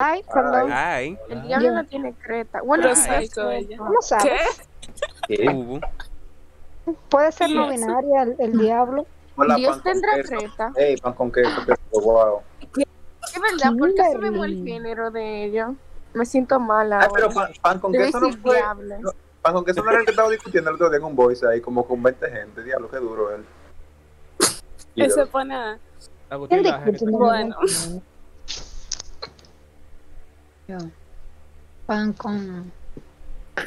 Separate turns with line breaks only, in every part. Ay, perdón.
Ay,
El diablo no tiene creta. Bueno,
Ah,
Ay.
sí,
Prosecco, ella.
¿cómo sabes?
¿Qué?
hubo.
Puede ser
Sí,
no
sí.
binaria el, el diablo.
Hola,
Dios
pan
tendrá
con queso.
creta.
Ey, pan con queso, queso, wow.
Es verdad, ¿por qué sabemos el
Kimberly.
género de ellos? Me siento mala.
Ay,
ahora.
pero pan, pan con
Debe
queso no
decir
fue.
diablo.
no. Pan con queso no era el que estaba discutiendo el otro día con Boyce ahí, como con 20 gente. Diablo, qué duro él. Y
Él se
yo,
pone a-
¿Quién
Agustín
discute?
Laje.
Bueno.
Yo. Pan con.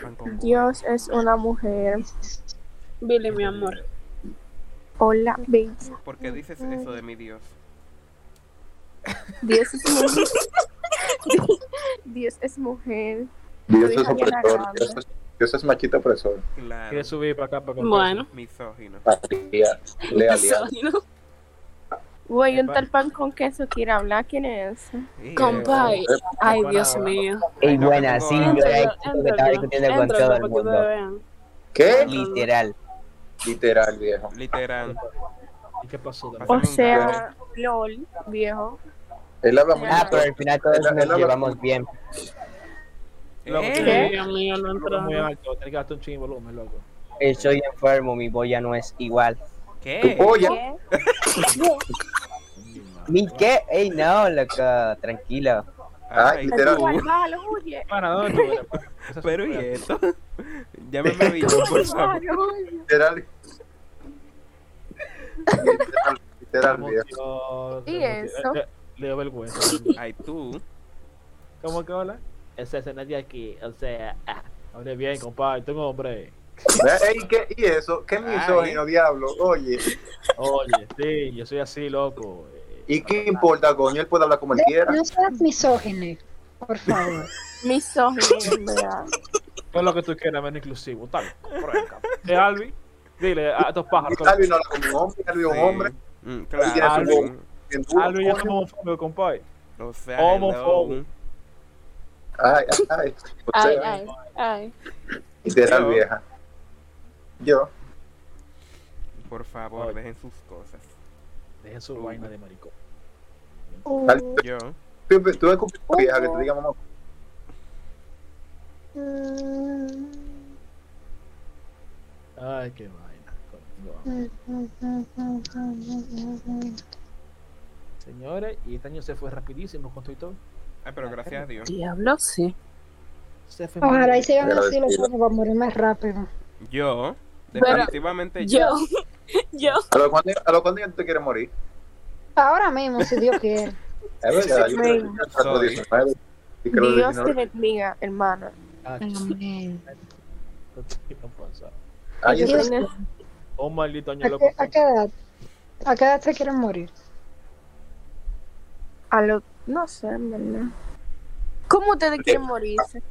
Pan con-
Dios es una mujer. Dile, mi amor. Hola, baby.
¿Por qué dices eso de mi Dios?
Dios es mujer. Dios es mujer.
Dios es
Dios
opresor.
agrada.
Dios es, Dios es machito opresor.
Claro,
Quiere subir para acá para con
Bueno.
misógino.
Patria, lealidad.
Güey, un
Epa.
tal pan con queso quiere hablar. ¿Quién es?
Sí,
Compa,
eh,
ay,
compa,
Dios
nada.
mío.
Ay,
Y
no,
buena,
tengo
sí,
hambre.
yo era el
Éntralo,
chico
éntralo,
que estaba discutiendo con
éntralo
todo el
para que ustedes
mundo.
vean.
¿Qué?
Literal.
Literal, viejo.
Literal.
¿Y qué pasó?
Pasa-
O
Hacemos un
sea, LOL, viejo.
Él habla muy
Ah, pero al final todos
Él- él
nos
habla-
llevamos bien.
Loco,
Eh,
tiene
Dios mío, no
un volumen muy
entraba.
alto, tiene que gastar un chingo de volumen, loco.
El soy enfermo, mi boya no es igual.
Tu
¿Qué?
polla.
¿Qué?
¿Mi qué? Ey, no, loco, tranquilo.
Ay, literal.
tú.
Bájalo, oye.
Para, ¿dónde tú eres? Eso es
Pero y
real.
esto? Llámame a Villón, por favor.
Bájalo, oye.
Literal. Literal, literal,
Como
viejo.
Dios,
¿Y
como Dios.
eso?
Le- Le dio vergüenza.
Ay, tú.
¿Cómo que habla? O sea, se nadie aquí, o sea, ah. Hable bien, compadre, tú eres un hombre.
Ve, ey, ¿qué? ¿Y eso? ¿Qué misógino, diablo? Oye,
Oye, sí, yo soy así, loco. eh,
¿y qué importa, coño? Él puede hablar como él quiera.
No seas misógino, por favor.
Misógino, en verdad.
Todo lo que tú quieras, menos inclusivo. Tal, correcto. Eh, Albi, dile a estos pájaros.
Y Alvin no habla como un hombre, Alvin es un
Sí.
hombre.
Mm,
tiene
Claro.
su voz. bien duro,
Albi, yo soy
coño.
homofóbico, compadre.
O sea,
Homófobo.
hello.
Ay, ay, ay. O
Ay,
sea,
ay, ay.
Literal,
Yo.
vieja. Yo.
Por favor,
Oye.
dejen sus cosas.
Dejen su vaina de maricón.
Alvin,
Yo.
Tú tú ves como una vieja que te diga mamá.
Mm,
Ay, qué vaina. coño. Señores, y este año se fue rapidísimo con todo y todo.
Ay, pero gracias a Dios.
Diablo, sí.
Se fue
Ojalá y
muy-
sigan así
Agradecido.
los años para morir más rápido.
Yo.
Pero-
Definitivamente yo.
Yo, yo.
¿A lo cuándo a lo cuándo ya tú te quieres morir?
Ahora mismo, si Dios quiere.
Es verdad. Yo creo que
Sí.
ya está como
Soy.
19. Y creo que
Dios te
19.
bendiga, hermano.
Ah,
Amén.
¿Qué ha pasado?
Ay,
Dios,
ese-
Un maldito año
¿a
loco.
qué, a qué edad? ¿A qué edad se quieren morir?
A lo. No sé, en verdad. ¿Cómo ustedes quieren morirse?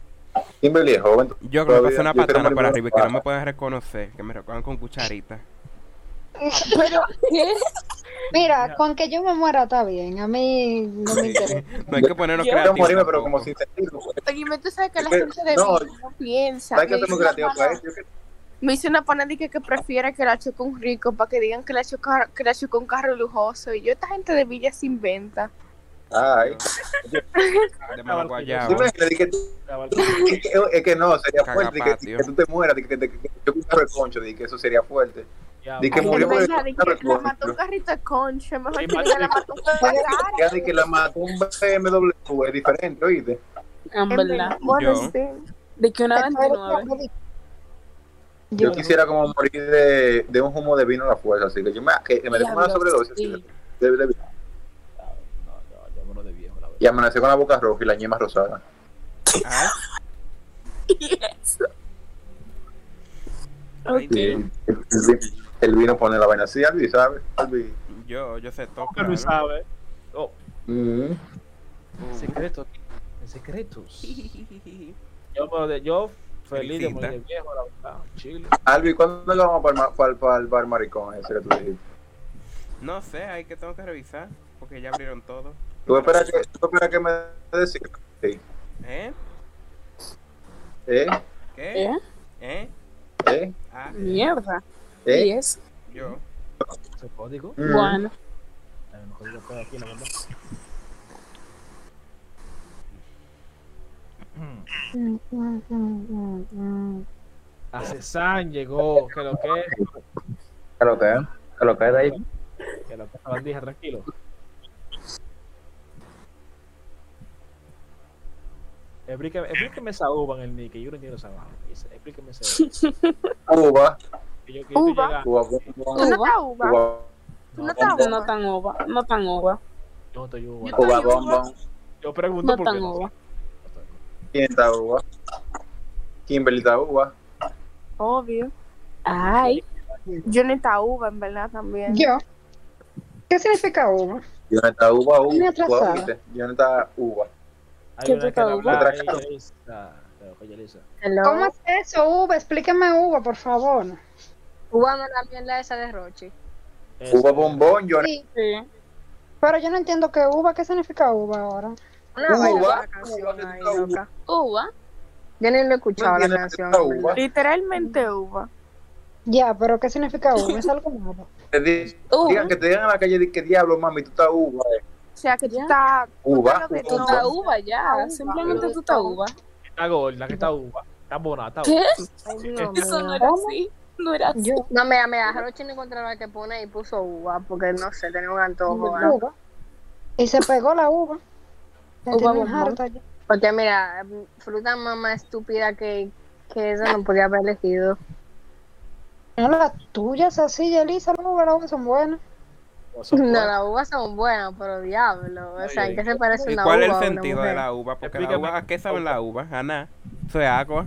Kimberly es joven.
Yo que me pasé
Todavía- yo
una
quiero
patana
morirme
por arriba y que no
ahogado.
me pueden reconocer. Que me recojan con cucharita.
Pero, ¿qué?
Mira, con que yo me muera está bien. A mí no me interesa.
No hay que ponernos
Yo-
Quiero
creativos.
morirme, pero como
tampoco.
sin sentido. pues.
Oye, tú sabes que la
Es que-
gente de
no,
mí no piensa.
¿Sabes que yo
Me hice
tengo
una
creativo para
pana-
eso? Yo que-
Me hice una fanática que prefiere que la choque un rico para que digan que la choca- que la chocó un carro lujoso. Y yo, esta gente de Villa se inventa.
Ay.
De mala guayaba.
Tú me crees que tú Es que, oh, es que no, sería fuerte de que,
Cagapatio.
que tú te mueras, de que, de que, de que yo cubro el concho, de que eso sería fuerte. Di que
Ay,
murió
es
por el
verdad, di
carro
que la
lujoso.
mató un carrito de concha. Mejor
Sí,
que
más
diga, la
rico.
mató un carro de Ferrari.
Ya de que la mató un BMW es diferente, oíste.
En
En
verdad.
verdad.
Yo.
Bueno, sí.
De que una 29.
Yo
Yo,
quisiera como morir de, de un humo de vino a la fuerza, así que yo me, que me dejo una
Diablo,
sobredosis
sí.
así, de- de- de-
No, no, yo me de viejo, la verdad.
y amanecí con la boca roja y la ñema rosada.
Ay, ay,
Y el, vi- el vino pone la vaina así, Albi, ¿sabes? Albi.
Yo, yo sé todo. claro.
Pero Luis sabe. Oh,
Mm.
en
Uh.
secreto. En secretos. Yo, me lo de, yo feliz de
Felicita.
morir de viejo, la verdad. Chile.
Albi, ¿cuándo nos vamos para el, ma- para el- para el bar maricón? Ese que tú dijiste.
No sé, hay que tengo que revisar. Porque ya abrieron todo.
Tú esperas que, tú esperas que me decís. Sí.
¿Eh?
¿Eh?
¿Qué?
¿Eh?
¿Eh?
¿Eh?
Ah,
Mierda.
¿Eh?
Y es.
yo.
Ese código.
Mm.
Bueno.
A lo mejor yo puedo aquí, la verdad.
Mm,
Acesán llegó, que lo que es,
Que lo que es, que lo que es de ahí.
que lo que es, bandija, tranquilo. Explíqueme, explíqueme esa uva en el Nick, yo no entiendo esa uva. Dice, Explíqueme esa uva.
Uva,
Que yo, que yo
Uva.
llega-
uva,
Tú no estás uva.
uva,
Tú no
No,
estás
No
uva.
tan ova, no tan ova,
yo no estoy uva.
Yo
uva, bombón.
Yo
no
pregunto por qué.
tan
no sé.
ova.
¿Quién está uva? Kimberly está uva.
Obvio.
Ay,
Yo no estaba uva, en verdad, también.
Yo. ¿Qué significa uva?
Yo no está uva,
Me
uva,
atrasaba.
uva, ¿viste? Yo no está uva.
Hay
¿Qué
una
tú
que
estás
la
uva?
habla,
Otra
ella es la- la Yelisa.
hello.
¿Cómo es eso, uva? Explícame uva, por favor.
Uva no es la mierda esa de Rochi.
Esa.
Uva bombón, yo no
Sí,
Sí.
pero yo no entiendo qué uva, ¿qué significa uva ahora?
Una
Uva,
vaina de
uva,
la canción
uva,
ahí,
uva.
loca.
Uva,
Yo ni lo he escuchado la
entiendo
canción.
esta uva.
Literalmente uva.
Ya, pero ¿qué significa uva? Es algo malo.
Te di-
Uva.
digan que te digan en la calle di- que diablo, mami, tú estás uva. eh.
O sea, que tú
Ya.
estás...
Uva,
Tú
tú
No.
estás
uva.
uva ya,
Uva.
simplemente tú estás uva.
Está gorda, que está uva. Está bonata.
¿Qué?
no,
Eso no era así, no era así.
Yo,
No, me me a Rochi no encontraba que pone y puso uva, porque no sé, tenía un antojo. ¿verdad?
uva. Y se pegó la uva. Me
Uva
tienen
bombón.
harta ya.
Porque mira, fruta más, más estúpida que, que esa no podía haber elegido.
No, las tuyas así, Elisa, las uvas, las uvas son buenas.
No, las uvas son buenas, pero diablo. O sea, ¿en qué se parece
¿Y
una
cuál
uva?
es el
a una
sentido de
mujer?
la uva? Porque la
Explícame.
uva, ¿a qué saben la uva? A nada. Eso es agua.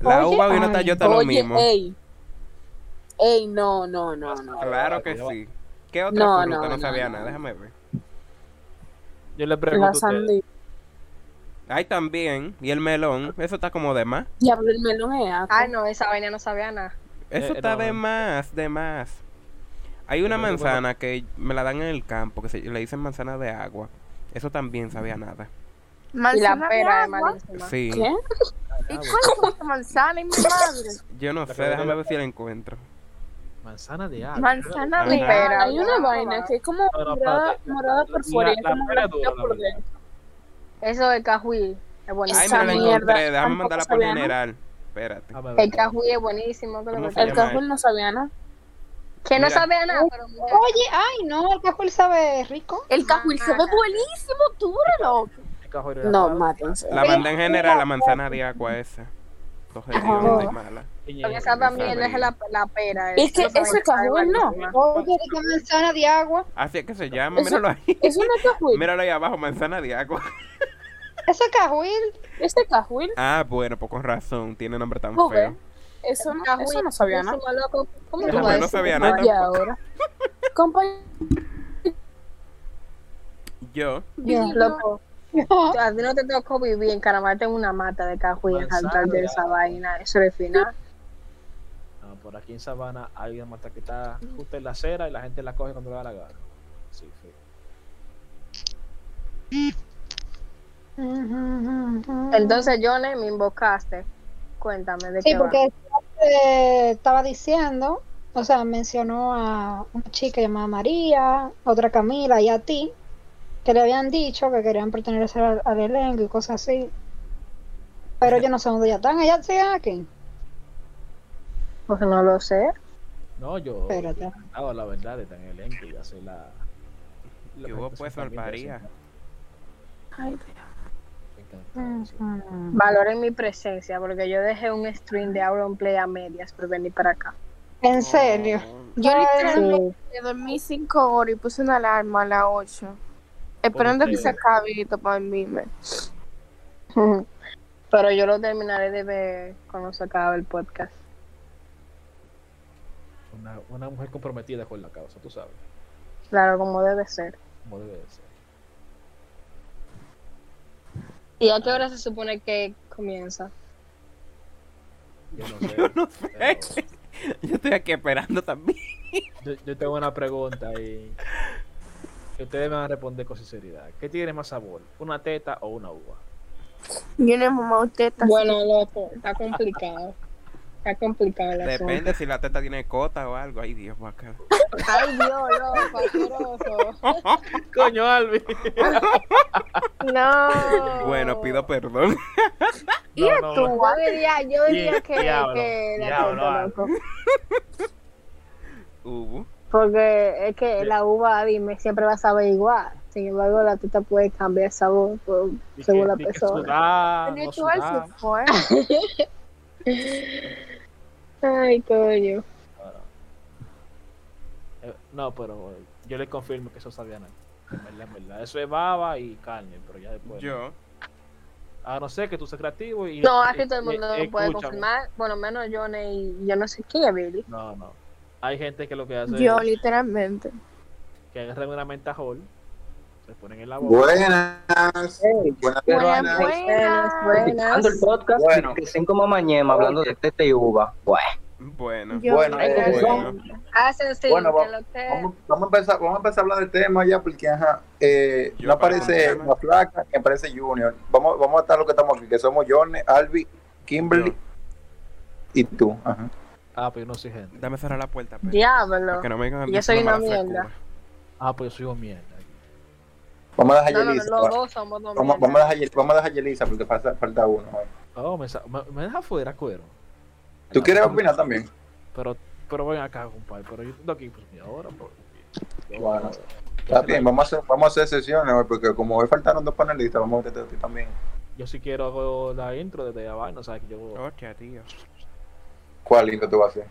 La
Oye,
uva y una
ay.
tallota es lo mismo.
ey. Ey, no, no, no, no.
Claro que sí. ¿Qué otra
No,
fruta
no,
no,
no,
sabía
no.
nada? Déjame ver.
Yo le pregunto a
La
ustedes.
sandía.
Hay también, y el melón, eso está como de más.
Diablo, el melón es aco.
Ay, no, esa vaina no sabía nada.
Eso
Eh,
está
no,
de
no.
más, de más. Hay una
Pero no, bueno.
manzana que me la dan en el campo, que se- le dicen manzana de agua. Eso también sabía nada.
Y la
Manzana de
pera es
agua.
malísima.
Sí,
Mm. ¿Qué?
¿Y
ah,
cuál es esa manzana? Y mi madre.
yo no
La
sé,
que-
déjame ver si la encuentro.
Manzana de agua.
Manzana
Ah,
de
pera.
agua.
Hay una vaina que es como
No, no,
morada,
espérate.
morada
La-
por fuera y es
la
como
pera
blanca
dura, la
por
verdad.
dentro.
Eso del cajuí es
Ay,
buenísimo.
Esa
me la
mierda
encontré, déjame
tampoco
mandarla por
sabía, ¿no?
general. Espérate.
Ah, me
El
veo.
cajuí es buenísimo. todo lo
¿Cómo
que
se
tenga.
El
llama
cajón no sabía nada.
Que no
Mira.
sabía nada, pero muchacho,
Oye, ay, no, el cajol sabe rico.
El cajón se ve buenísimo, tú eres loco.
El cajón era
No,
agua.
mátense.
La mandé en general, la manzana de agua esa. Coge
Ajá.
de mala.
lo que sabe a mierda es la, la pera.
Es que
Eso sabe-
ese cajón no.
Oye, de qué manzana de agua.
Así es que se llama,
Eso-
míralo ahí.
Es una cajuil.
Míralo ahí abajo, manzana de agua.
Ese cajuí,
Este cajuil,
Ah, bueno, pues con razón, tiene nombre tan
Ujú.
feo.
eso, no-
Cajuí,
eso no sabía nada.
buenísimo, loco. ¿Cómo tú
Déjame,
vas a
no
decir
sabía
que
nada.
Y ahora. Compañero,
Yo,
Loco,
no.
a ti no te tocó vivir encaramarte en una mata de cajuí y
Manzana,
saltar de
ya.
esa vaina. Eso es final.
No, Ah, por aquí en Sabana hay una mata que está justo en la acera y la gente la coge cuando le da la gana. Sí, sí.
Entonces, Johnny, me invocaste. Cuéntame de
Sí,
qué va.
porque eh, estaba diciendo, o sea, mencionó a una chica llamada María, otra Camila y a ti, que le habían dicho que querían pertenecer al, al elenco y cosas así. Pero yo no sé dónde ya están, ellas siguen aquí.
Pues no lo sé.
No, yo.
Espérate.
yo encantado, la verdad, de estar en el elenco y de hacer la.
Y hubo, pues,
sorparía.
malparía.
Mm,
Mm.
Valoren mi presencia porque yo dejé un stream de Auron Play a medias por venir para acá.
En serio. Yo
Sí.
Me dormí cinco horas y puse una alarma a las 8. Esperando que se
ustedes.
acabe y para dormirme.
Pero yo lo terminaré de ver cuando se acabe el podcast.
Una, una mujer comprometida con la causa, tú sabes.
Claro, como debe ser.
Como debe de ser.
¿Y a qué hora se supone que comienza?
Yo no sé.
Yo no sé.
pero
yo estoy aquí esperando también.
yo, yo tengo una pregunta y. que ustedes me van a responder con sinceridad. ¿Qué tiene más sabor? ¿Una teta o una uva?
Yo no mamá usted está
Bueno, loco, está complicado. Está complicado el asunto.
Depende si la teta tiene cota o algo. Ay, Dios, bacán.
Ay, Dios, loco, asqueroso.
Coño, Albi.
No.
Bueno, pido perdón.
Y
No,
a
no,
tú,
no.
yo diría, yo diría
Bien,
que,
diablo,
que la
diablo,
teta,
ah.
loco.
Hubo.
Porque es que la uva, dime, siempre va a saber igual. Sin embargo, la teta puede cambiar sabor por-
Di que-
según la
di que
persona.
sudá,
Tenía
no
que igual
sudá.
se fue.
Ay, coño.
Eh, No, pero yo le confirmo que eso sabía nada. En verdad, en verdad. Eso es baba y carne, pero ya después. ¿no?
Yo.
A no ser que tú seas creativo y. eh,
No, aquí
y-
todo el mundo
y-
lo puede
escúchame.
confirmar. Bueno, menos Johnny y yo no sé qué, Billy.
No, no. Hay gente que lo que hace
Yo,
es
literalmente.
que agarran una mentajol, se ponen en la boca.
Buenas. Buenas,
Buenas,
buenas.
buenas.
Empezando el podcast,
Bueno.
que cinco mamañema hablando de tete y uva. Bueno,
Bueno.
Yo,
Bueno,
literalmente.
Bueno.
Hacen sí,
Bueno,
que
va-
lo que.
Vamos, vamos a empezar, vamos a empezar a hablar del tema ya, porque ajá, eh,
Yo
no
para
aparece
contarme.
la flaca, que aparece Junior. Vamos, vamos a estar lo que estamos aquí, que somos John, Albi, Kimberly
Yo.
y tú. Ajá.
Ah, pues yo no soy gente.
Dame cerrar la puerta, pe.
Diablo.
Que no me digan-
Yo soy
no me
una
la sacuda.
mierda.
Ah, pues yo soy un mierda.
Vamos a dejar a
No, no, no,
Yelisa.
los
va-
dos somos dos.
Vamos,
mierdas.
vamos a dejar, Yel- vamos a dejar a Yelisa, porque pasa- falta uno. hoy.
Oh, me, sa- me, me deja fuera, cuero. Ah,
¿Tú quieres opinar también?
Pero, pero ven acá, compadre. Pero yo estoy aquí, pues mira, ahora, por.
Bueno. Está bien, vamos a hacer, vamos a hacer sesiones hoy, porque como hoy faltaron dos panelistas, vamos a meter a ti también.
Yo si quiero hago la intro desde allá abajo, no sabes que yo
Hostia, tío.
¿Cuál intro tú vas a hacer?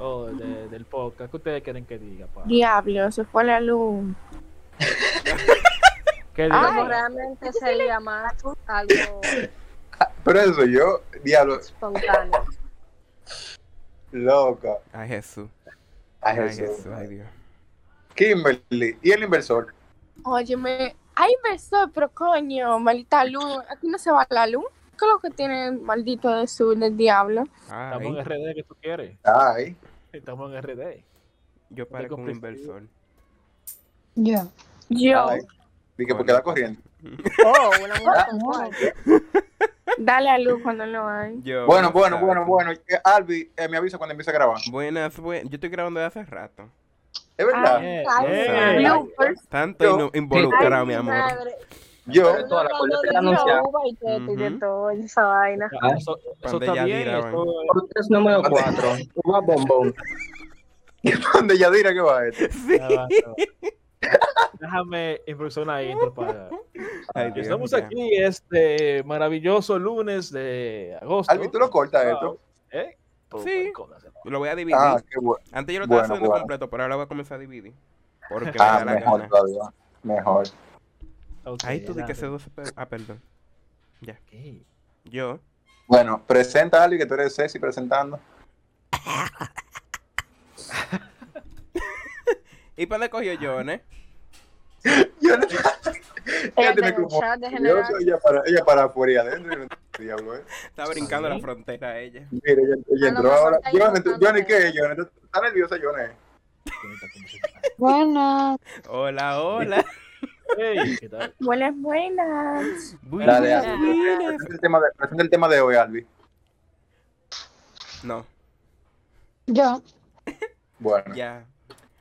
oh, de- del podcast. ¿Qué ustedes quieren que diga? Pa?
Diablo, se fue la luz.
¿Qué diga?
Como realmente sería más algo
Pero eso yo, diablo,
espontáneo.
loca.
Ay, Jesús.
A
Ay,
Jesús.
Jesús. Ay, Dios.
Kimberly, ¿y el inversor?
Óyeme, hay inversor, pero coño, maldita luz. Aquí no se va la luz. ¿Qué es lo que tiene el maldito de su del diablo?
Ay,
Estamos en RD que tú quieres.
Ay.
Estamos en RD.
yo parezco un
complicado.
inversor.
Yo.
Yo,
Ay. Dije,
Bueno.
porque da corriente.
Oh, una mujer sensual.
dale a luz cuando no hay.
Yo,
Bueno, bueno,
exacto.
bueno, bueno. Eh, Albi, eh, me avisa cuando empiece a grabar.
Buenas, buenas. Yo estoy grabando desde hace rato.
Es verdad.
Bien,
Ay,
bien.
Dios.
Bloopers.
Tanto
Yo-
inu- involucrado,
Ay,
mi amor.
madre.
Yo,
Pero toda la
Uno
cosa que
hablando de
anunciaron.
uva y teta y de
Ujú.
todo, y esa vaina.
Ah, Eso, eso
Cuando
está
ya
bien.
tiraban.
Eso,
podcast número
Vale.
4. Uva bombón.
donde Yadira que va esto.
ya va, ya va. Déjame improvisar una intro para.
Ay, Dios,
Estamos
ya.
aquí este maravilloso lunes de agosto.
Albi, tú lo cortas esto.
¿Eh? Por-
Sí.
por cosas.
Lo voy a dividir.
Ah, qué bueno.
Antes yo lo estaba
bueno,
haciendo
bueno.
completo, pero ahora voy a comenzar a dividir. Porque
Ah,
me da la
mejor
gana.
todavía. Mejor.
Ok,
Ay, tú di que
dale.
se dos. Ah, perdón.
Ok.
Yo.
Bueno, presenta Albi, que tú eres Ceci presentando.
¿Y para dónde cogió John, eh?
Yo no- Ella
Fíjate
tiene
en el
como-
chat de
Yo
general.
ella para, ella para afuera y adentro. yo no- Diablo, eh.
Está brincando la frontera ella.
Mira, ella, ella
A lo
entró
mejor
ahora.
está ahí
Johnny, tú-
buscando
Johnny, ¿qué?
gente.
Johnny, ¿tú- está nerviosa, Johnny.
Buenas.
Hola, hola.
Hey, ¿qué tal?
Buenas, buenas.
Buenas,
Dale, Albi.
buenas.
Presenta el tema de- Presenta el tema de hoy, Albi.
No,
Yo.
Bueno.
ya.